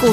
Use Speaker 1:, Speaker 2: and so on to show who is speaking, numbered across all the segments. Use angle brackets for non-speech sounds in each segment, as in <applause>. Speaker 1: 股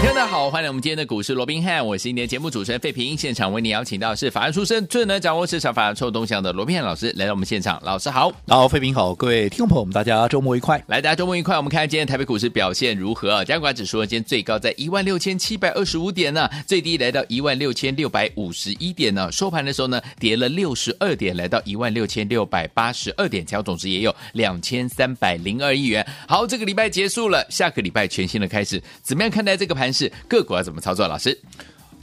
Speaker 2: 听众大家好，欢迎来我们今天的股市罗宾汉，我是今天的节目主持人费平。现场为你邀请到的是法案出身、最能掌握市场法案臭动向的罗宾汉老师来到我们现场，老师好。
Speaker 3: 好，费平好，各位听众朋友们，大家周末愉快。
Speaker 2: 来，大家周末愉快。我们看看今天台北股市表现如何啊？加权指数呢今天最高在16,725点呢、最低来到16,651点呢、收盘的时候呢，跌了62点，来到16,682点，成交总值也有2,302亿元。好，这个礼拜结束了，下个礼拜全新的开始，怎么样看待这个盘势？个股要怎么操作？老师，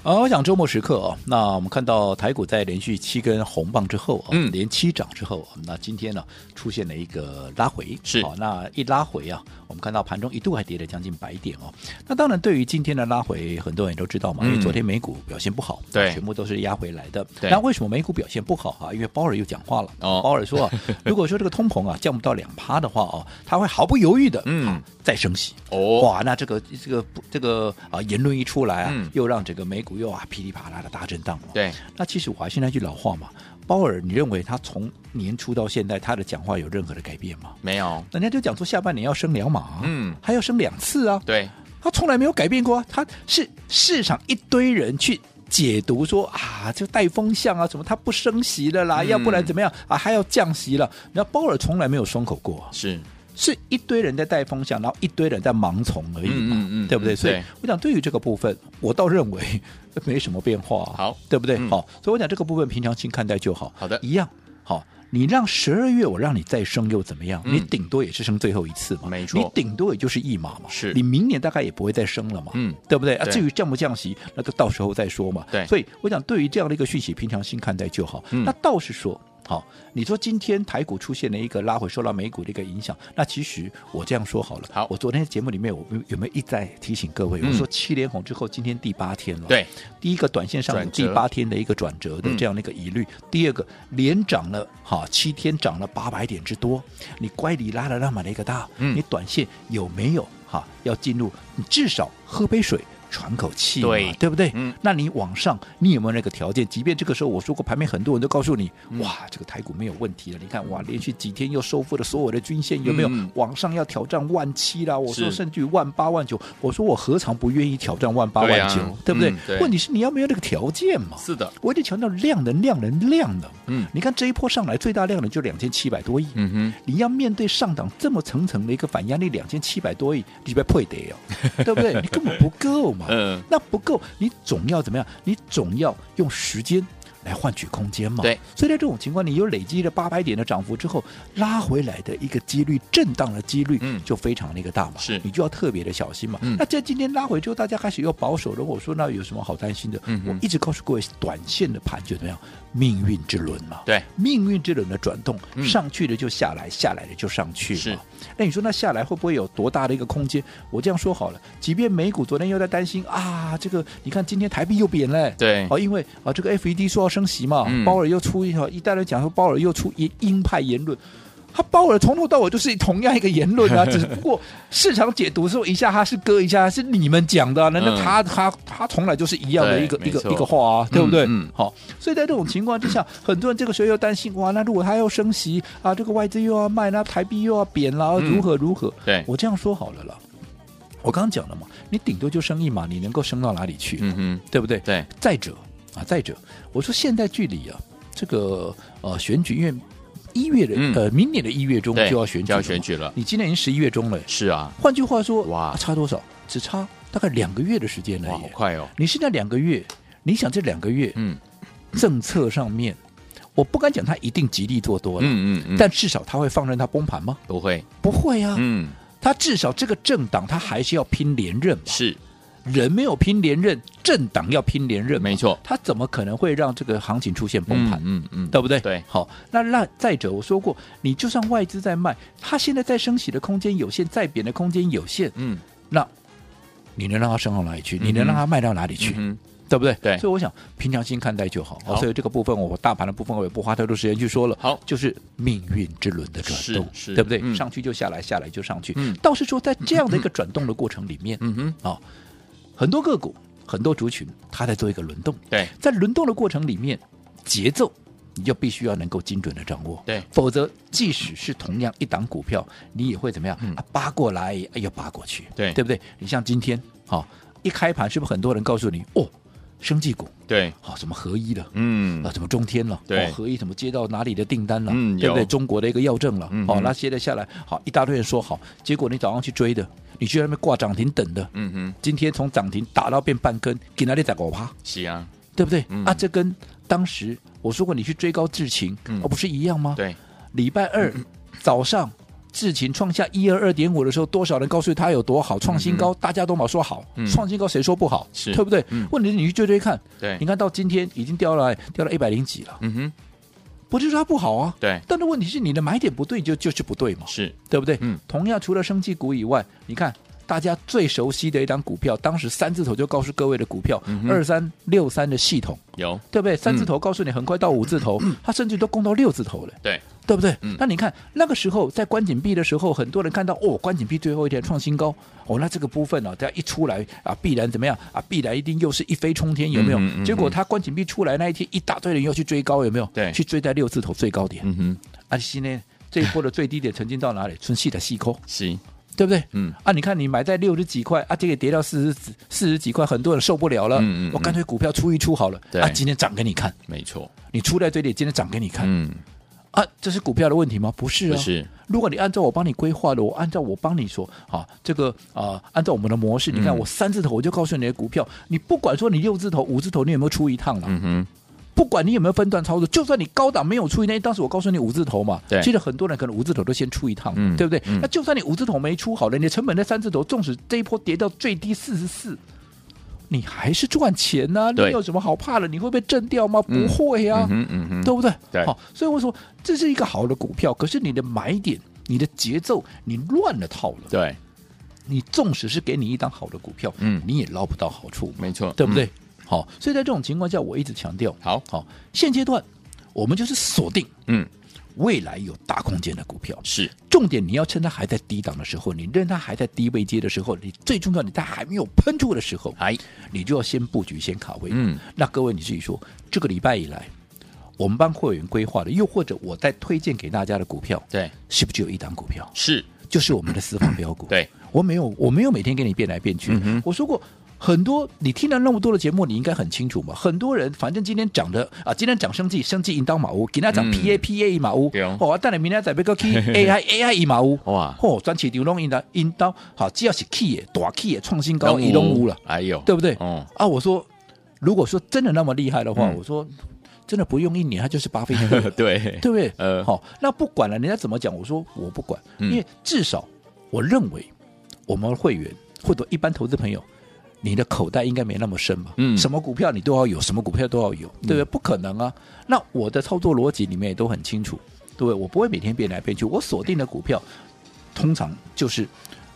Speaker 3: 啊、我想周末时刻哦，那我们看到台股在连续七根红棒之后、哦，
Speaker 2: 嗯
Speaker 3: 连七涨之后、哦，那今天呢出现了一个拉回，
Speaker 2: 是
Speaker 3: 好、那一拉回啊，我们看到盘中一度还跌了将近百点哦。那当然，对于今天的拉回，很多人都知道嘛，因为
Speaker 2: 嗯
Speaker 3: 昨天美股表现不好，
Speaker 2: 对
Speaker 3: 全部都是压回来的。
Speaker 2: 对
Speaker 3: 那为什么美股表现不好啊？因为鲍尔又讲话了，
Speaker 2: 哦
Speaker 3: 鲍尔
Speaker 2: <laughs>
Speaker 3: 说啊，如果说这个通膨啊降不到两趴的话哦，他会毫不犹豫的
Speaker 2: 嗯
Speaker 3: 啊再升息。
Speaker 2: 哦
Speaker 3: 哇，那这个这个这个啊言论一出来啊，
Speaker 2: 嗯
Speaker 3: 又让整个美股又啊噼里啪啦的大震荡、哦。
Speaker 2: 对，
Speaker 3: 那其实我还现在句老话嘛，鲍尔，你认为他从年初到现在他的讲话有任何的改变吗？
Speaker 2: 没有，
Speaker 3: 人家就讲说下半年要升两码、啊，
Speaker 2: 嗯
Speaker 3: 还要升两次啊，
Speaker 2: 对，
Speaker 3: 他从来没有改变过啊，他是市场一堆人去。解读说啊，就带风向啊，什么他不升息了啦，
Speaker 2: 嗯
Speaker 3: 要不然怎么样啊，还要降息了。那鲍尔从来没有松口过啊、
Speaker 2: 是，
Speaker 3: 是一堆人在带风向，然后一堆人在盲从而已嘛，
Speaker 2: 嗯嗯嗯
Speaker 3: 对不对？
Speaker 2: 嗯
Speaker 3: 所以
Speaker 2: 对
Speaker 3: 我想，对于这个部分，我倒认为没什么变化、
Speaker 2: 好
Speaker 3: 对不对？
Speaker 2: 嗯
Speaker 3: 好，所以我讲这个部分平常心看待就好。
Speaker 2: 好的
Speaker 3: 一样好。你让十二月我让你再升又怎么样？
Speaker 2: 嗯
Speaker 3: 你顶多也是升最后一次嘛，
Speaker 2: 没错
Speaker 3: 你顶多也就是一码嘛，
Speaker 2: 是
Speaker 3: 你明年大概也不会再升了嘛，
Speaker 2: 嗯
Speaker 3: 对不对？啊，
Speaker 2: 对
Speaker 3: 至于降不降息，那就到时候再说嘛。
Speaker 2: 对
Speaker 3: 所以我想对于这样的一个讯息，平常心看待就好。
Speaker 2: 嗯
Speaker 3: 那倒是说，好，你说今天台股出现了一个拉回，受到美股的一个影响，那其实我这样说好了，
Speaker 2: 好
Speaker 3: 我昨天节目里面我有有没有一再提醒各位，
Speaker 2: 嗯
Speaker 3: 我说七连红之后，今天第八天了，，
Speaker 2: 对，
Speaker 3: 第一个短线上有
Speaker 2: 转折
Speaker 3: 第八天的一个转折的
Speaker 2: 嗯
Speaker 3: 这样的一个疑虑，第二个连涨了哈七天涨了八百点之多，你乖离拉了那么的一个大，
Speaker 2: 嗯
Speaker 3: 你短线有没有哈要进入？你至少喝杯水。喘口气嘛，
Speaker 2: 对
Speaker 3: 对不对？
Speaker 2: 嗯
Speaker 3: 那你往上，你有没有那个条件？即便这个时候我说过，盘面很多人都告诉你，
Speaker 2: 嗯
Speaker 3: 哇，这个台股没有问题了。你看，哇，连续几天又收复了所有的均线，有没有、
Speaker 2: 嗯
Speaker 3: 往上要挑战万七啦？我说
Speaker 2: 是
Speaker 3: 甚至于万八万九，我说我何尝不愿意挑战万八
Speaker 2: 对
Speaker 3: 万
Speaker 2: 啊
Speaker 3: 九，对不对？
Speaker 2: 嗯对
Speaker 3: 问题是你要没有那个条件嘛？
Speaker 2: 是的，
Speaker 3: 我已经强调量能，量能，量能。
Speaker 2: 嗯
Speaker 3: 你看这一波上来最大量能就两千七百多亿。
Speaker 2: 嗯哼，
Speaker 3: 你要面对上档这么层层的一个反压力，两千七百多亿，你被配得哦，对不对？你根本不
Speaker 2: <laughs>
Speaker 3: 够嘛。
Speaker 2: 嗯，
Speaker 3: 那不够，你总要怎么样？你总要用时间来换取空间嘛。
Speaker 2: 对，
Speaker 3: 所以在这种情况，你有累积了八百点的涨幅之后，拉回来的一个几率，震荡的几率
Speaker 2: 嗯
Speaker 3: 就非常那个大嘛。
Speaker 2: 是
Speaker 3: 你就要特别的小心嘛。
Speaker 2: 嗯
Speaker 3: 那在今天拉回之后，大家开始又保守了。我说那有什么好担心的？
Speaker 2: 嗯哼
Speaker 3: 我一直告诉各位，短线的盘就怎么样，命运之轮嘛。
Speaker 2: 对，
Speaker 3: 命运之轮的转动，
Speaker 2: 嗯
Speaker 3: 上去的就下来，下来的就上去
Speaker 2: 是
Speaker 3: 嘛。那你说那下来会不会有多大的一个空间？我这样说好了，即便美股昨天又在担心啊，这个你看今天台币又贬嘞，
Speaker 2: 对
Speaker 3: 哦，因为啊这个 FED 说要升息嘛，
Speaker 2: 嗯
Speaker 3: 鲍尔又出一条一代人讲说鲍尔又出一鹰派言论。他鲍尔从头到尾就是同样一个言
Speaker 2: <laughs>
Speaker 3: 论啊，只不过市场解读说一下他是歌，一下他是你们讲的、啊，那
Speaker 2: 嗯
Speaker 3: 那他、他他从来就是一样的
Speaker 2: 对
Speaker 3: 一个一个
Speaker 2: 没错
Speaker 3: 一个话啊，对不对？
Speaker 2: 嗯嗯
Speaker 3: 好，所以在这种情况之下，很多人这个时候又担心哇，那如果他要升息啊，这个外资又要卖，那台币又要贬啦，
Speaker 2: 嗯
Speaker 3: 如何如何？
Speaker 2: 对
Speaker 3: 我这样说好了啦，我刚刚讲了嘛，你顶多就升一码，你能够升到哪里去？
Speaker 2: 嗯哼，
Speaker 3: 对不对？
Speaker 2: 对，
Speaker 3: 再者啊，再者，我说现在距离啊这个呃选举，因为一月的、
Speaker 2: 嗯
Speaker 3: 呃明年的一月中
Speaker 2: 对
Speaker 3: 就要选举，
Speaker 2: 就要选，举了，
Speaker 3: 你今年已经十一月中了耶，
Speaker 2: 是啊，
Speaker 3: 换句话说，
Speaker 2: 哇
Speaker 3: 啊差多少？只差大概两个月的时间了
Speaker 2: 哇，好
Speaker 3: 耶。
Speaker 2: 快哦，
Speaker 3: 你现在两个月，你想这两个月
Speaker 2: 嗯
Speaker 3: 政策上面，我不敢讲他一定极力做多了，
Speaker 2: 嗯嗯嗯，嗯
Speaker 3: 但至少他会放任他崩盘吗？
Speaker 2: 不会，
Speaker 3: 不会啊，
Speaker 2: 嗯，
Speaker 3: 他至少这个政党他还是要拼连任嘛，
Speaker 2: 是
Speaker 3: 人没有拼连任，政党要拼连任嘛，
Speaker 2: 没错
Speaker 3: 他怎么可能会让这个行情出现崩盘？
Speaker 2: 嗯嗯，
Speaker 3: 对不对？
Speaker 2: 对
Speaker 3: 好，那那再者，我说过，你就算外资在卖，它现在再升息的空间有限，再贬的空间有限，
Speaker 2: 嗯，
Speaker 3: 那你能让它升到哪里去？你
Speaker 2: 嗯
Speaker 3: 能
Speaker 2: 哼
Speaker 3: 让它卖到哪里去？
Speaker 2: 嗯
Speaker 3: 对不对？
Speaker 2: 对
Speaker 3: 所以我想平常心看待就好。
Speaker 2: 好
Speaker 3: 哦所以这个部分我大盘的部分我也不花太多时间去说了。
Speaker 2: 好
Speaker 3: 就是命运之轮的转动，
Speaker 2: 是是
Speaker 3: 对不对？
Speaker 2: 嗯
Speaker 3: 上去就下来，下来就上去。
Speaker 2: 嗯
Speaker 3: 倒是说在这样的一个转动的过程里面，
Speaker 2: 嗯哼，
Speaker 3: 啊、很多个股、很多族群，它在做一个轮动。
Speaker 2: 对，
Speaker 3: 在轮动的过程里面，节奏你就必须要能够精准的掌握。
Speaker 2: 对
Speaker 3: 否则即使是同样一档股票，你也会怎么样？啊，扒过来，哎呀，扒过去，
Speaker 2: 嗯对
Speaker 3: 对不对？你像今天，好、一开盘是不是很多人告诉你，哦，生技股，
Speaker 2: 对，
Speaker 3: 好、什么合一了？
Speaker 2: 嗯
Speaker 3: 啊，，怎么中天了？
Speaker 2: 对
Speaker 3: 哦合一怎么接到哪里的订单了？
Speaker 2: 嗯
Speaker 3: 对不对？
Speaker 2: 有
Speaker 3: 中国的一个药证了。
Speaker 2: 嗯
Speaker 3: 哦
Speaker 2: 嗯，
Speaker 3: 那接着下来，好一大堆人说好，结果你早上去追的，你去那边挂涨停等的，
Speaker 2: 嗯哼，
Speaker 3: 今天从涨停打到变半根，给哪里打狗趴？
Speaker 2: 是啊，
Speaker 3: 对不对？
Speaker 2: 嗯
Speaker 3: 啊，这跟当时我说过你去追高智勤，
Speaker 2: 嗯
Speaker 3: 哦，不是一样吗？，
Speaker 2: 对，嗯
Speaker 3: 礼拜二早上智勤创下一二二点五的时候，多少人告诉他有多好，创新高，大家都嘛说好
Speaker 2: 嗯，
Speaker 3: 创新高谁说不好？
Speaker 2: 是
Speaker 3: 对不对
Speaker 2: 嗯？哎
Speaker 3: 问题是你去追追看，
Speaker 2: 对
Speaker 3: 你，看到今天已经掉了掉了一百零几了，
Speaker 2: 嗯哼，
Speaker 3: 不是说它不好啊，
Speaker 2: 对，
Speaker 3: 但是问题是你的买点不对，就就是不对嘛，
Speaker 2: 是，
Speaker 3: 对不对？
Speaker 2: 嗯
Speaker 3: 同样，除了生技股以外，你看大家最熟悉的一档股票，当时三字头就告诉各位的股票
Speaker 2: 嗯，哼
Speaker 3: 二三六三的系统，
Speaker 2: 有，
Speaker 3: 对不对？三字头告诉你很快到五字头，它甚至都攻到六字头了。
Speaker 2: 对，
Speaker 3: 对不对？
Speaker 2: 嗯
Speaker 3: 那你看那个时候在关紧闭的时候，很多人看到哦，关紧闭最后一天创新高，哦，那这个部分呢、啊，它一出来啊，必然怎么样啊？必然一定又是一飞冲天，有没有？
Speaker 2: 嗯嗯嗯
Speaker 3: 结果它关紧闭出来那一天，一大堆人又去追高，有没有？
Speaker 2: 对
Speaker 3: 去追在六字头最高点。
Speaker 2: 嗯哼，
Speaker 3: 啊，现在这一波的最低点曾经到哪里？纯系的细抠，
Speaker 2: 是，
Speaker 3: 对不对？
Speaker 2: 嗯，
Speaker 3: 啊，你看你买在六十几块啊，这个跌到四十四十几块，很多人受不了了。
Speaker 2: 嗯嗯嗯
Speaker 3: 我干脆股票出一出好了。
Speaker 2: 对
Speaker 3: 啊，今天涨给你看，
Speaker 2: 没错，
Speaker 3: 你出在最低，今天涨给你看、
Speaker 2: 嗯，
Speaker 3: 啊，这是股票的问题吗？不是
Speaker 2: 不
Speaker 3: 啊。
Speaker 2: 是，
Speaker 3: 如果你按照我帮你规划的，我按照我帮你说啊，这个啊、按照我们的模式，你看
Speaker 2: 嗯
Speaker 3: 我三字头我就告诉你的股票，你不管说你六字头、五字头，你有没有出一趟了、
Speaker 2: 嗯哼，
Speaker 3: 不管你有没有分段操作，就算你高档没有出一趟，当时我告诉你五字头嘛，
Speaker 2: 对
Speaker 3: 其实很多人可能五字头都先出一趟，
Speaker 2: 嗯
Speaker 3: 对不对、
Speaker 2: 嗯
Speaker 3: 那就算你五字头没出好了，你的成本在三字头，纵使这一波跌到最低四十四。你还是赚钱呐、你
Speaker 2: 对
Speaker 3: 有什么好怕的？你会被震掉吗？不
Speaker 2: 嗯
Speaker 3: 会呀、
Speaker 2: 嗯哼，嗯哼，
Speaker 3: 对不对？
Speaker 2: 对
Speaker 3: 好、所以我说这是一个好的股票，可是你的买点、你的节奏，你乱了套了。
Speaker 2: 对，
Speaker 3: 你纵使是给你一档好的股票，
Speaker 2: 嗯
Speaker 3: 你也捞不到好处嘛，
Speaker 2: 没错，
Speaker 3: 对不对
Speaker 2: 嗯？？
Speaker 3: 好、所以在这种情况下，我一直强调，
Speaker 2: 好，
Speaker 3: 好、现阶段我们就是锁定
Speaker 2: 嗯，
Speaker 3: 未来有大空间的股票。
Speaker 2: 是，
Speaker 3: 重点你要趁它还在低档的时候，你任它还在低位接的时候，你最重要你在还没有喷出的时候，
Speaker 2: 哎，
Speaker 3: 你就要先布局、先卡位。
Speaker 2: 嗯，
Speaker 3: 那各位你自己说，这个礼拜以来，我们帮会员规划的，又或者我在推荐给大家的股票，
Speaker 2: 对，
Speaker 3: 是不是只有一档股票，
Speaker 2: 是，
Speaker 3: 就是我们的私房标股？
Speaker 2: 嗯对，
Speaker 3: 我没有，我没有每天给你变来变去。我说过。很多你听了那么多的节目，你应该很清楚嘛。很多人反正今天涨的啊，今天涨生计，生计应当马乌，今天涨
Speaker 2: 嗯
Speaker 3: P A P A 一马乌
Speaker 2: 对哦，
Speaker 3: 哦，但你明天再别
Speaker 2: <laughs>
Speaker 3: 个 K A I A I 一马乌，
Speaker 2: 哇
Speaker 3: 哦，转市场拢应当应当好，只要是 K 的大 K 的创新高，
Speaker 2: 龙
Speaker 3: 伊拢乌了。
Speaker 2: 哎呦，
Speaker 3: 对不对？
Speaker 2: 哦， <laughs>
Speaker 3: 啊，我说，如果说真的那么厉害的话，
Speaker 2: 嗯
Speaker 3: 我说真的不用一年，他就是巴菲
Speaker 2: <laughs>
Speaker 3: 特了，
Speaker 2: 对，
Speaker 3: 对不对？
Speaker 2: 呃
Speaker 3: 好，那不管了，人家怎么讲，我说我不管，
Speaker 2: 嗯
Speaker 3: 因为至少我认为我们会员或者一般投资朋友。你的口袋应该没那么深吧？
Speaker 2: 嗯
Speaker 3: 什么股票你都要有，什么股票都要有，对不对？不可能啊！那我的操作逻辑里面也都很清楚，对不对？我不会每天变来变去，我锁定的股票通常就是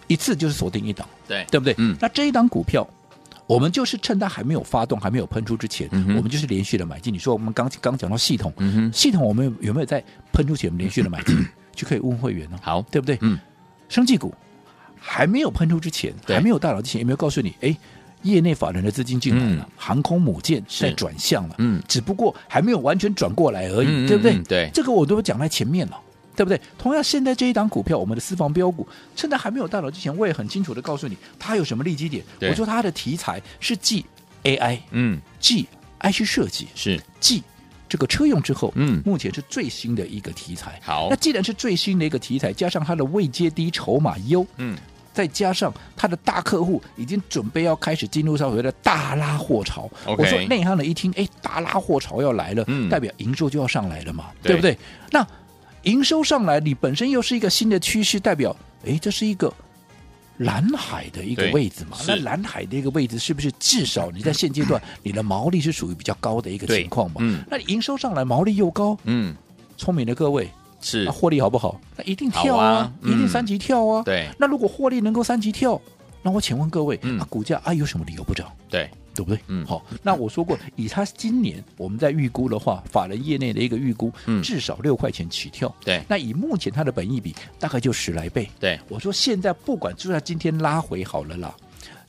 Speaker 3: 一次就是锁定一档，
Speaker 2: 对，
Speaker 3: 对不对？
Speaker 2: 嗯
Speaker 3: 那这一档股票，我们就是趁它还没有发动、还没有喷出之前，
Speaker 2: 嗯哼
Speaker 3: 我们就是连续的买进。你说我们刚刚讲到系统，
Speaker 2: 嗯哼，
Speaker 3: 系统我们有有没有在喷出前我们连续的买
Speaker 2: <laughs>
Speaker 3: 进？就可以问会员哦，
Speaker 2: 好，
Speaker 3: 对不对？
Speaker 2: 嗯，
Speaker 3: 生技股还没有喷出之前，
Speaker 2: 对
Speaker 3: 还没有大佬之前，有没有告诉你？哎，业内法人的资金进来了，
Speaker 2: 嗯
Speaker 3: 航空母舰
Speaker 2: 是
Speaker 3: 在转向了，
Speaker 2: 嗯，
Speaker 3: 只不过还没有完全转过来而已，
Speaker 2: 嗯嗯
Speaker 3: 对不对？
Speaker 2: 嗯对
Speaker 3: 这个我都讲在前面了。对不对？同样，现在这一档股票，我们的私房标股，趁它还没有大佬之前，我也很清楚的告诉你，它有什么利基点。
Speaker 2: 对
Speaker 3: 我说它的题材是继 AI、
Speaker 2: 嗯，
Speaker 3: 继 IC 设计、
Speaker 2: 是，
Speaker 3: 继这个车用之后，
Speaker 2: 嗯
Speaker 3: 目前是最新的一个题材。
Speaker 2: 好
Speaker 3: 那既然是最新的一个题材，加上它的未接低、筹码优，
Speaker 2: 嗯，
Speaker 3: 再加上它的大客户已经准备要开始进入到所谓的大拉货潮。
Speaker 2: OK
Speaker 3: 我说内行人一听，哎，大拉货潮要来了，
Speaker 2: 嗯
Speaker 3: 代表营收就要上来了嘛，
Speaker 2: 对
Speaker 3: 对不对？那营收上来，你本身又是一个新的趋势，代表哎，这是一个。蓝海的一个
Speaker 2: 对
Speaker 3: 位置嘛，
Speaker 2: 是
Speaker 3: 那蓝海的一个位置是不是至少你在现阶段你的毛利是属于比较高的一个
Speaker 2: 对
Speaker 3: 情况嘛？
Speaker 2: 嗯
Speaker 3: 那你营收上来，毛利又高，
Speaker 2: 嗯，
Speaker 3: 聪明的各位，
Speaker 2: 是
Speaker 3: 啊那、，获利好不好？那一定跳
Speaker 2: 好
Speaker 3: 啊，
Speaker 2: 啊
Speaker 3: 一定
Speaker 2: 嗯
Speaker 3: 三级跳啊。
Speaker 2: 对
Speaker 3: 那如果获利能够三级跳，那我请问各位，
Speaker 2: 嗯
Speaker 3: 啊，股价啊有什么理由不涨？
Speaker 2: 对，
Speaker 3: 对不对？
Speaker 2: 嗯
Speaker 3: 好，那我说过，以它今年我们在预估的话，法人业内的一个预估，
Speaker 2: 嗯
Speaker 3: 至少六块钱起跳。
Speaker 2: 对
Speaker 3: 那以目前它的本益比大概就十来倍。
Speaker 2: 对，
Speaker 3: 我说现在不管就算今天拉回好了啦，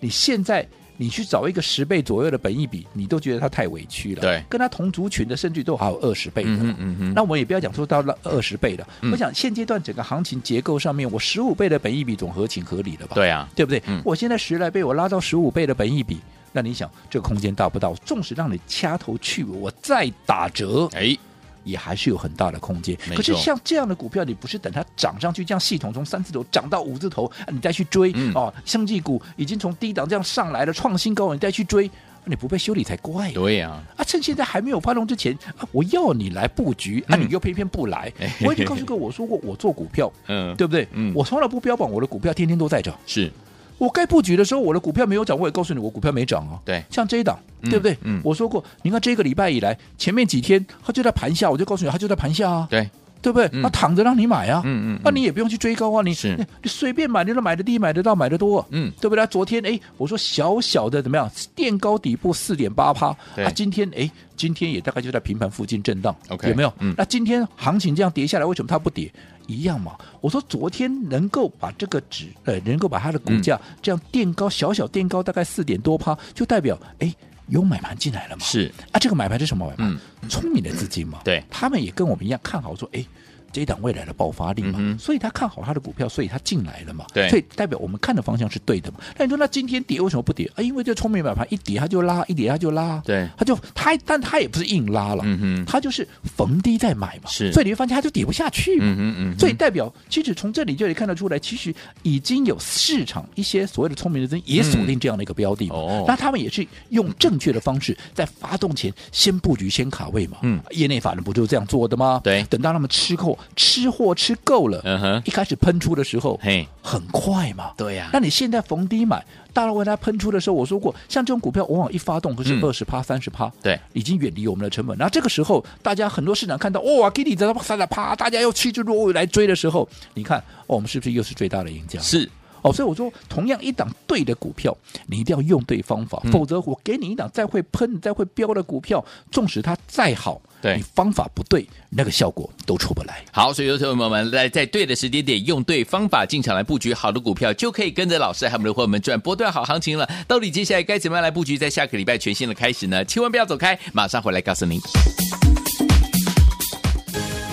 Speaker 3: 你现在你去找一个十倍左右的本益比，你都觉得它太委屈了。
Speaker 2: 对
Speaker 3: 跟它同族群的甚至都还有二十倍的
Speaker 2: 嗯
Speaker 3: 啦。
Speaker 2: 哼嗯哼，
Speaker 3: 那我也不要讲说到了二十倍了，
Speaker 2: 嗯
Speaker 3: 我想现阶段整个行情结构上面，我十五倍的本益比总合情合理了吧？
Speaker 2: 对啊，
Speaker 3: 对不对？
Speaker 2: 嗯
Speaker 3: 我现在十来倍，我拉到十五倍的本益比，那你想这个空间大不大？纵使让你掐头去尾，我再打折，
Speaker 2: 哎，
Speaker 3: 也还是有很大的空间
Speaker 2: 没错。
Speaker 3: 可是像这样的股票，你不是等它涨上去，这样系统从三字头涨到五字头，啊你再去追、
Speaker 2: 嗯
Speaker 3: 哦。生技股已经从低档这样上来了，创新高，你再去追，啊你不被修理才怪呀、
Speaker 2: 对呀，
Speaker 3: 啊，趁现在还没有发动之前，啊、我要你来布局，啊，
Speaker 2: 嗯
Speaker 3: 你又偏偏不来。
Speaker 2: 哎
Speaker 3: 我已经告诉过我说过，我做股票，
Speaker 2: 嗯，
Speaker 3: 对不对？
Speaker 2: 嗯
Speaker 3: 我从来不标榜我的股票天天都在涨。
Speaker 2: 是，
Speaker 3: 我该布局的时候，我的股票没有涨，我也告诉你，我股票没涨啊。
Speaker 2: 对
Speaker 3: 像这一档，
Speaker 2: 嗯
Speaker 3: 对不对？
Speaker 2: 嗯
Speaker 3: 我说过，你看这个礼拜以来，前面几天它就在盘下，我就告诉你，它就在盘下啊，
Speaker 2: 对，
Speaker 3: 对不对？
Speaker 2: 嗯
Speaker 3: 它躺着让你买啊，
Speaker 2: 嗯嗯，
Speaker 3: 那你也不用去追高啊，你
Speaker 2: 是
Speaker 3: 你你随便买，你都买的低，买得到，买得多啊、
Speaker 2: 嗯，
Speaker 3: 对不对？昨天哎，我说小小的怎么样，垫高底部四点八趴，
Speaker 2: 对
Speaker 3: 啊，今天哎，今天也大概就在平盘附近震荡
Speaker 2: OK，
Speaker 3: 有没有？
Speaker 2: 嗯
Speaker 3: 那今天行情这样跌下来，为什么它不跌？一样嘛。我说昨天能够把这个指呃，能够把它的股价
Speaker 2: 嗯
Speaker 3: 这样垫高，小小垫高大概四点多趴，就代表哎。有买盘进来了嘛？
Speaker 2: 是
Speaker 3: 啊，这个买盘是什么买盘？
Speaker 2: 嗯
Speaker 3: 聪明的资金嘛。
Speaker 2: 对
Speaker 3: 他们也跟我们一样看好说，哎，这一档未来的爆发力嘛，
Speaker 2: 嗯哼
Speaker 3: 所以他看好他的股票，所以他进来了嘛。
Speaker 2: 对
Speaker 3: 所以代表我们看的方向是对的嘛。那你说，那今天跌为什么不跌？啊，因为这聪明买盘一跌它就拉，一跌它就拉，
Speaker 2: 对
Speaker 3: 它就它，但它也不是硬拉了，
Speaker 2: 嗯哼
Speaker 3: 它就是逢低在买嘛。
Speaker 2: 是
Speaker 3: 所以你会发现它就跌不下去嘛。
Speaker 2: 嗯哼嗯哼，
Speaker 3: 所以代表，其实从这里就可以看得出来，其实已经有市场一些所谓的聪明的人也锁定这样的一个标的嘛、
Speaker 2: 嗯哦
Speaker 3: 那他们也是用正确的方式，在发动前先布局、先卡位嘛。
Speaker 2: 嗯，
Speaker 3: 业内法人不就是这样做的吗？
Speaker 2: 对
Speaker 3: 等到他们吃够、吃货吃够了，
Speaker 2: 嗯哼
Speaker 3: 一开始喷出的时候，
Speaker 2: 嘿，
Speaker 3: 很快嘛。
Speaker 2: 对啊呀
Speaker 3: 那你现在逢低买，大陆为它喷出的时候，我说过，像这种股票往往一发动，可是
Speaker 2: 嗯
Speaker 3: 二十趴、三十趴，
Speaker 2: 对，
Speaker 3: 已经远离我们的成本。然后这个时候，大家很多市场看到，哇、给你涨到三十趴，大家要趋之若鹜来追的时候，你看、哦我们是不是又是最大的赢家？
Speaker 2: 是，
Speaker 3: 哦，所以我说，同样一档对的股票，你一定要用对方法，
Speaker 2: 嗯
Speaker 3: 否则我给你一档再会喷、再会飙的股票，纵使它再好，
Speaker 2: 对
Speaker 3: 你方法不对，那个效果都出不来。
Speaker 2: 好，所以有朋友们在在对的时间点，用对方法进场来布局好的股票，就可以跟着老师和我们的伙伴们赚波段好行情了。到底接下来该怎么样来布局，在下个礼拜全新的开始呢？千万不要走开，马上回来告诉您。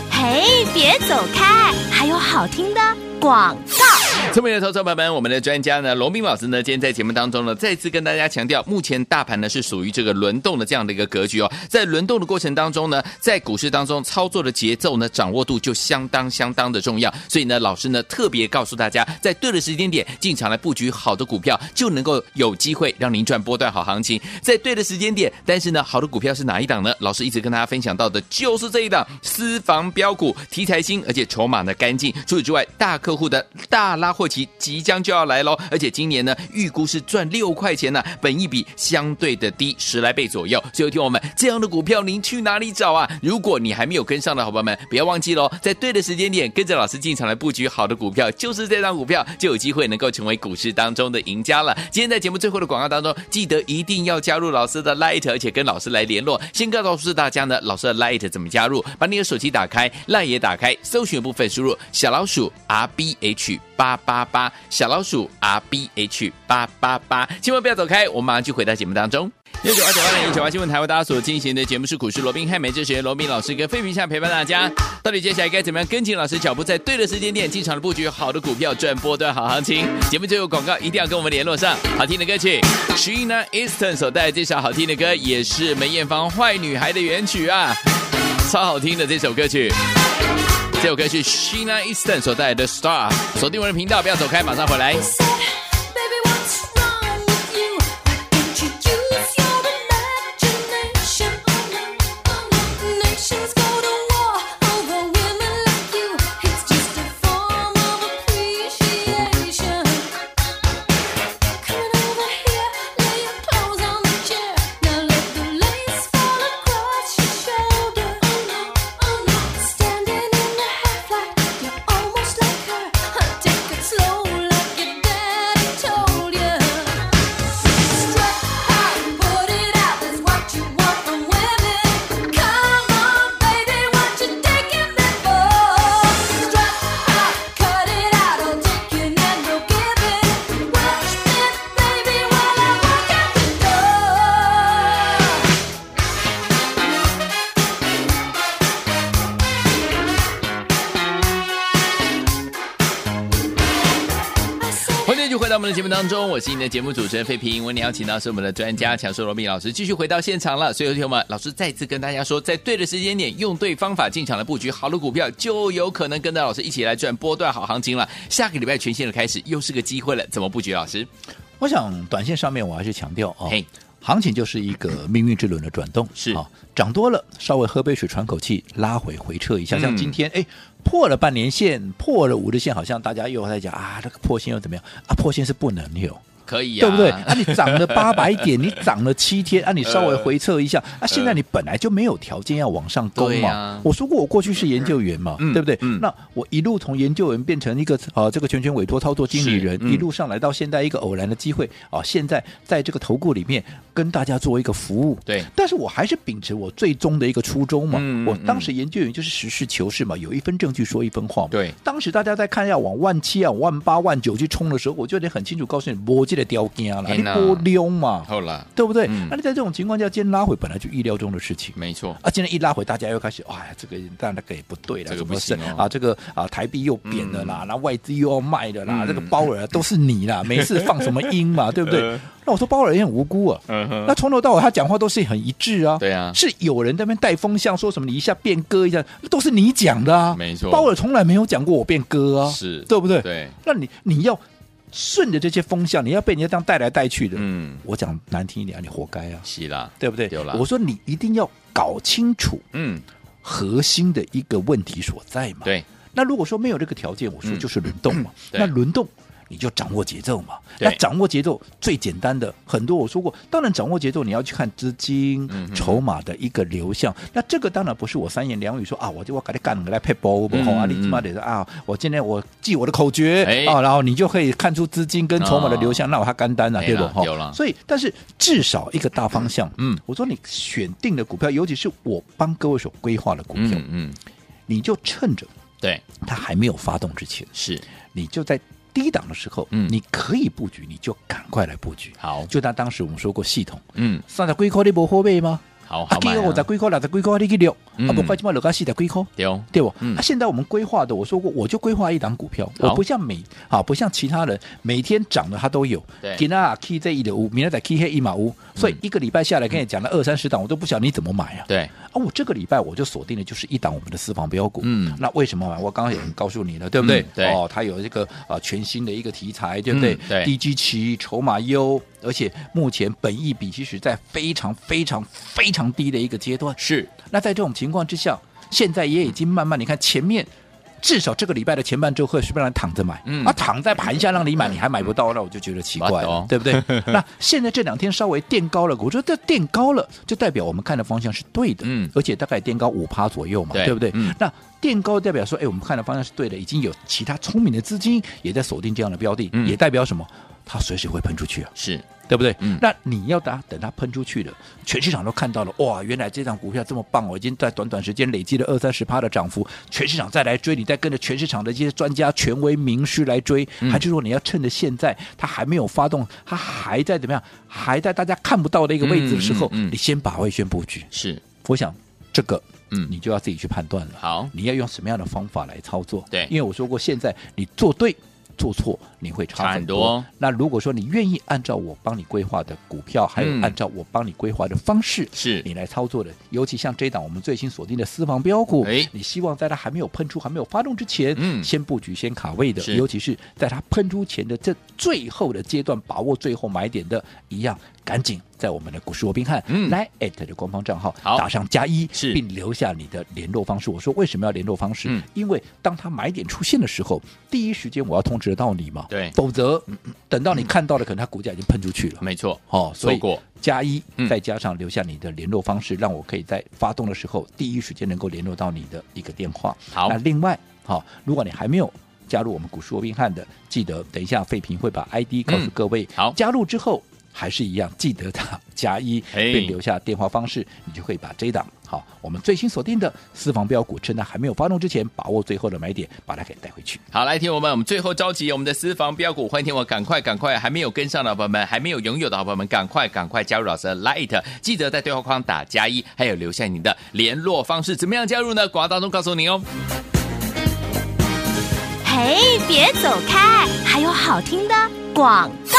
Speaker 1: 嘿，别走开，还有好听的广告。
Speaker 2: <laughs> 聪明的投资者朋友们，我们的专家呢，龙斌老师呢，今天在节目当中呢，再次跟大家强调，目前大盘呢是属于这个轮动的这样的一个格局哦。在轮动的过程当中呢，在股市当中操作的节奏呢，掌握度就相当相当的重要。所以呢，老师呢特别告诉大家，在对的时间点进场来布局好的股票，就能够有机会让您赚波段好行情。在对的时间点，但是呢，好的股票是哪一档呢？老师一直跟大家分享到的就是这一档私房标股，题材新，而且筹码呢干净。除此之外，大客户的大拉货期即将就要来喽，而且今年呢，预估是赚六块钱呢、本一比相对的低十来倍左右。所以，听我们这样的股票，您去哪里找啊？如果你还没有跟上的伙伴们，不要忘记喽，在对的时间点跟着老师进场来布局好的股票，就是这档股票就有机会能够成为股市当中的赢家了。今天在节目最后的广告当中，记得一定要加入老师的 Light，而且跟老师来联络。先告诉大家呢，老师的 Light 怎么加入？把你的手机打开，Light 也打开，搜寻部分输入小老鼠 R B H 八八八，小老鼠 R B H 八八八，千万不要走开，我们马上就回到节目当中。六九二九二零一九八新闻台为大家所进行的节目是股市罗宾汉，每这时间罗宾老师跟费平下陪伴大家。到底接下来该怎么样跟紧老师脚步，在对的时间点进场的布局好的股票，赚波段好行情？节目最后广告一定要跟我们联络上。好听的歌曲，Sheena Easton 所带来这首好听的歌，也是梅艳芳《坏女孩》的原曲啊，超好听的这首歌曲。这首歌是 Sheena Easton 所带来的《Star》，锁定我的频道，不要走开，马上回来。
Speaker 4: Baby, what's wrong with you? Why can't you use your imagination? Nations go to war over women like you. It's just a form of appreciation. Coming over here, lay your clothes on the chair. Now let the lace fall across your shoulder. Oh no, standing in the half light, you're almost like her. Take it slow, like your daddy.
Speaker 2: 们的节目当中，我是你的节目主持人费平。我们邀请到是我们的专家强硕罗密老师，继续回到现场了。所以，同学们，老师再次跟大家说，在对的时间点，用对方法进场的布局，好的股票就有可能跟着老师一起来赚波段好行情了。下个礼拜全新的开始，又是个机会了，怎么布局？老师，
Speaker 3: 我想短线上面我还是强调啊
Speaker 2: 嘿，
Speaker 3: 行情就是一个命运之轮的转动，
Speaker 2: 是
Speaker 3: 啊，涨多了稍微喝杯水喘口气，拉回回撤一下，
Speaker 2: 嗯
Speaker 3: 像今天哎。破了半年线，破了五日线，好像大家又在讲啊，这个破线又怎么样啊？破线是不能有，
Speaker 2: 可以呀、
Speaker 3: 对不对？啊，你涨了八百点，你涨了七天，啊，你稍微
Speaker 2: 呃
Speaker 3: 回撤一下，啊，现在你本来就没有条件要往上攻
Speaker 2: 对
Speaker 3: 嘛。
Speaker 2: 呀
Speaker 3: 我说过，我过去是研究员嘛，
Speaker 2: 嗯
Speaker 3: 对不对？
Speaker 2: 嗯
Speaker 3: 那我一路从研究员变成一个啊、这个全权委托操作经理人
Speaker 2: 是，嗯
Speaker 3: 一路上来到现在一个偶然的机会啊、现在在这个投顾里面跟大家做一个服务，
Speaker 2: 对
Speaker 3: 但是我还是秉持我最终的一个初衷嘛。
Speaker 2: 嗯嗯
Speaker 3: 我当时研究员就是实事求是嘛，有一分证据说一分话嘛。
Speaker 2: 对
Speaker 3: 当时大家在看要往万七啊、往万八、万九去冲的时候，我就得很清楚告诉你，我这个雕件啦，
Speaker 2: 嘿
Speaker 3: 你
Speaker 2: 呐
Speaker 3: 波溜嘛，
Speaker 2: 好了，
Speaker 3: 对不对？
Speaker 2: 嗯
Speaker 3: 那你在这种情况下，今天拉回本来就意料中的事情。
Speaker 2: 没错，
Speaker 3: 啊，今天一拉回，大家又开始，哎呀，这个但那个也不对了，
Speaker 2: 这个
Speaker 3: 怎
Speaker 2: 不
Speaker 3: 么是
Speaker 2: 行哦嗯
Speaker 3: 啊？这个啊，台币又贬了啦，那、外资又要卖的啦，这个鲍尔啊都是
Speaker 2: <laughs>
Speaker 3: 你啦，没事放什么音嘛，对不对？那我说鲍尔也很无辜啊，
Speaker 2: 呃嗯哼
Speaker 3: 那从头到尾他讲话都是很一致啊，
Speaker 2: 对啊
Speaker 3: 是有人在那边带风向，说什么你一下变歌一下，那都是你讲的啊，
Speaker 2: 没错
Speaker 3: 鲍尔从来没有讲过我变歌啊，
Speaker 2: 是
Speaker 3: 对不对？
Speaker 2: 对，
Speaker 3: 那你你要顺着这些风向，你要被人家这样带来带去的，
Speaker 2: 嗯，
Speaker 3: 我讲难听一点，你活该啊，
Speaker 2: 是啦，
Speaker 3: 对不对
Speaker 2: 有啦？
Speaker 3: 我说你一定要搞清楚
Speaker 2: 嗯，
Speaker 3: 核心的一个问题所在嘛。。
Speaker 2: 对，
Speaker 3: 那如果说没有这个条件，我说
Speaker 2: 嗯
Speaker 3: 就是轮动嘛。
Speaker 2: 对
Speaker 3: 那轮动你就掌握节奏嘛。
Speaker 2: 对
Speaker 3: 那掌握节奏最简单的很多，我说过，当然掌握节奏你要去看资金、
Speaker 2: 嗯哼
Speaker 3: 筹码的一个流向。那这个当然不是我三言两语说啊，我就我给你干了来配波不好啊，
Speaker 2: 嗯
Speaker 3: 你他妈得啊，我今天我记我的口诀
Speaker 2: 哎
Speaker 3: 啊，然后你就可以看出资金跟筹码的流向，那我还干单了，
Speaker 2: 哎
Speaker 3: 对
Speaker 2: 啦
Speaker 3: 不？哈
Speaker 2: 有啦
Speaker 3: 所以，但是至少一个大方向，
Speaker 2: 嗯，
Speaker 3: 我说你选定的股票，尤其是我帮各位所规划的股票，
Speaker 2: 嗯嗯，
Speaker 3: 你就趁着。
Speaker 2: 对，
Speaker 3: 它还没有发动之前，
Speaker 2: 是
Speaker 3: 你就在低档的时候，
Speaker 2: 嗯
Speaker 3: 你可以布局，你就赶快来布局。
Speaker 2: 好
Speaker 3: 就当当时我们说过系统，
Speaker 2: 嗯，
Speaker 3: 三十几块你无货卖吗？
Speaker 2: 好好
Speaker 3: 结
Speaker 2: 买、
Speaker 3: 果五十
Speaker 2: 啊，
Speaker 3: 几块、六十几块你去留，
Speaker 2: 嗯
Speaker 3: 啊，不快起码落到四十几块。
Speaker 2: 丢，
Speaker 3: 对不？
Speaker 2: 嗯
Speaker 3: 那、现在我们规划的，我说过，我就规划一档股票，
Speaker 2: 好
Speaker 3: 我不像每啊，不像其他人每天涨的它都有
Speaker 2: 对，
Speaker 3: 今啊 K 这一的五，明天再 K 黑一码五，所以
Speaker 2: 嗯
Speaker 3: 一个礼拜下来跟你讲了二三十档，我都不晓得你怎么买啊。
Speaker 2: 对，
Speaker 3: 啊，我这个礼拜我就锁定的就是一档我们的私房标股。
Speaker 2: 嗯
Speaker 3: 那为什么买？我刚刚也告诉你了，对不对？
Speaker 2: 嗯对
Speaker 3: 哦，它有这个呃全新的一个题材，对不对？
Speaker 2: 嗯对
Speaker 3: 低基期，筹码优，而且目前本益比其实在非常非常非常低的一个阶段。
Speaker 2: 是，
Speaker 3: 那在这种情况之下，现在也已经慢慢，你看前面。至少这个礼拜的前半周会是不让你躺着买，
Speaker 2: 嗯
Speaker 3: 啊，躺在盘下让你买，你还买不到，那我就觉得奇怪
Speaker 2: 我
Speaker 3: 了
Speaker 2: 懂，
Speaker 3: 对不对？那 <laughs> 现在这两天稍微垫高了，我说这垫高了，就代表我们看的方向是对的，
Speaker 2: 嗯
Speaker 3: 而且大概垫高五趴左右嘛，
Speaker 2: 对
Speaker 3: 对不对？
Speaker 2: 嗯
Speaker 3: 那垫高代表说，哎，我们看的方向是对的，已经有其他聪明的资金也在锁定这样的标的，
Speaker 2: 嗯
Speaker 3: 也代表什么？它随时会喷出去啊。
Speaker 2: 是，
Speaker 3: 对不对？
Speaker 2: 嗯
Speaker 3: 那你要等它等它喷出去了，全市场都看到了，哇，原来这张股票这么棒哦，已经在短短时间累积了二三十趴的涨幅，全市场再来追，你再跟着全市场的这些专家、权威、名师来追，
Speaker 2: 嗯
Speaker 3: 还是说你要趁着现在它还没有发动，它还在怎么样，还在大家看不到的一个位置的时候，
Speaker 2: 嗯嗯嗯
Speaker 3: 你先把位先布局？
Speaker 2: 是，
Speaker 3: 我想这个，
Speaker 2: 嗯
Speaker 3: 你就要自己去判断了。
Speaker 2: 好，
Speaker 3: 你要用什么样的方法来操作？
Speaker 2: 对
Speaker 3: 因为我说过，现在你做对做错，你会差
Speaker 2: 差
Speaker 3: 很
Speaker 2: 很
Speaker 3: 多。
Speaker 2: 多
Speaker 3: 那如果说你愿意按照我帮你规划的股票，还有
Speaker 2: 嗯
Speaker 3: 按照我帮你规划的方式，
Speaker 2: 是
Speaker 3: 你来操作的，尤其像这档我们最新锁定的私房标股，
Speaker 2: 哎
Speaker 3: 你希望在它还没有喷出、还没有发动之前，
Speaker 2: 嗯
Speaker 3: 先布局、先卡位的，
Speaker 2: 是
Speaker 3: 尤其是在它喷出前的这最后的阶段，把握最后买点的，一样赶紧在我们的股市罗宾汉、
Speaker 2: 嗯
Speaker 3: 来 at 的官方账号
Speaker 2: 好
Speaker 3: 打上加一，
Speaker 2: 是
Speaker 3: 并留下你的联络方式。我说为什么要联络方式？
Speaker 2: 嗯
Speaker 3: 因为当它买点出现的时候，第一时间我要通知得到你嘛，
Speaker 2: 对嗯
Speaker 3: 否则嗯等到你看到了，可能它股价已经喷出去了。
Speaker 2: 没错，
Speaker 3: 哦，所以
Speaker 2: 错过
Speaker 3: 加一
Speaker 2: 嗯，
Speaker 3: 再加上留下你的联络方式，让我可以在发动的时候第一时间能够联络到你的一个电话。
Speaker 2: 好
Speaker 3: 那另外，好、如果你还没有。加入我们股市罗宾汉的，记得等一下费平会把 ID 告诉各位。
Speaker 2: 嗯好
Speaker 3: 加入之后还是一样，记得打加一，
Speaker 2: 嘿
Speaker 3: 并留下电话方式，你就可以把这一档好我们最新锁定的私房标股，趁它还没有发动之前，把握最后的买点，把它给带回去。
Speaker 2: 好，来，听我们，我们最后召集我们的私房标股，欢迎听我赶快赶快，还没有跟上的伙伴们，还没有拥有的伙伴们，赶快赶快加入老师的 Light，记得在对话框打加一，还有留下你的联络方式，怎么样加入呢？广告当中告诉你哦。
Speaker 1: 嘿，别走开，还有好听的广告。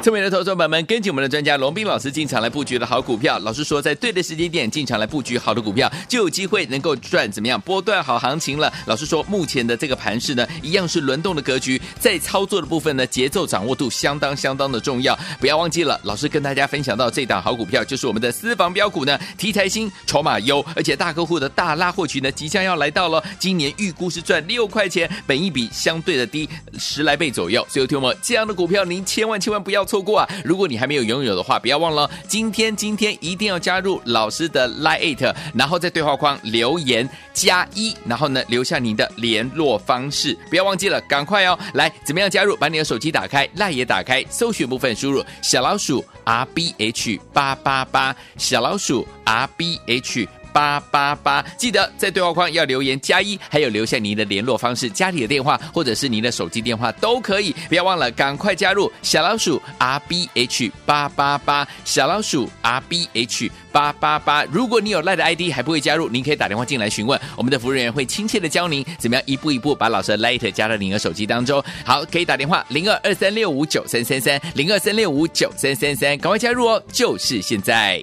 Speaker 2: 聪明的投资者朋友们，跟紧我们的专家龙斌老师进场来布局的好股票。老师说，在对的时间点进场来布局好的股票，就有机会能够赚怎么样波段好行情了。老师说，目前的这个盘势呢，一样是轮动的格局，在操作的部分呢，节奏掌握度相当相当的重要。不要忘记了，老师跟大家分享到这档好股票，就是我们的私房标股呢，题材新，筹码优，而且大客户的大拉货群呢，即将要来到了，今年预估是赚六块钱，本一比相对的低十来倍左右。所以，听我们这样的股票，您千万千万不要错过啊！如果你还没有拥有的话，不要忘了哦，今天今天一定要加入老师的 Lite，然后在对话框留言加一，然后呢留下您的联络方式，不要忘记了，赶快哦！来，怎么样加入？把你的手机打开，Lite 也打开，搜寻部分输入小老鼠 R B H 八八八，小老鼠 R B H。八八八，记得在对话框要留言加一，还有留下您的联络方式、家里的电话或者是您的手机电话都可以。不要忘了，赶快加入小老鼠 R B H 八八八，小老鼠 R B H 八八八。如果你有赖的 ID 还不会加入，您可以打电话进来询问，我们的服务人员会亲切的教您怎么样一步一步把老师的 Light 加到您的手机当中。好，可以打电话零二二三六五九三三三零二三六五九三三三，赶快加入哦，就是现在。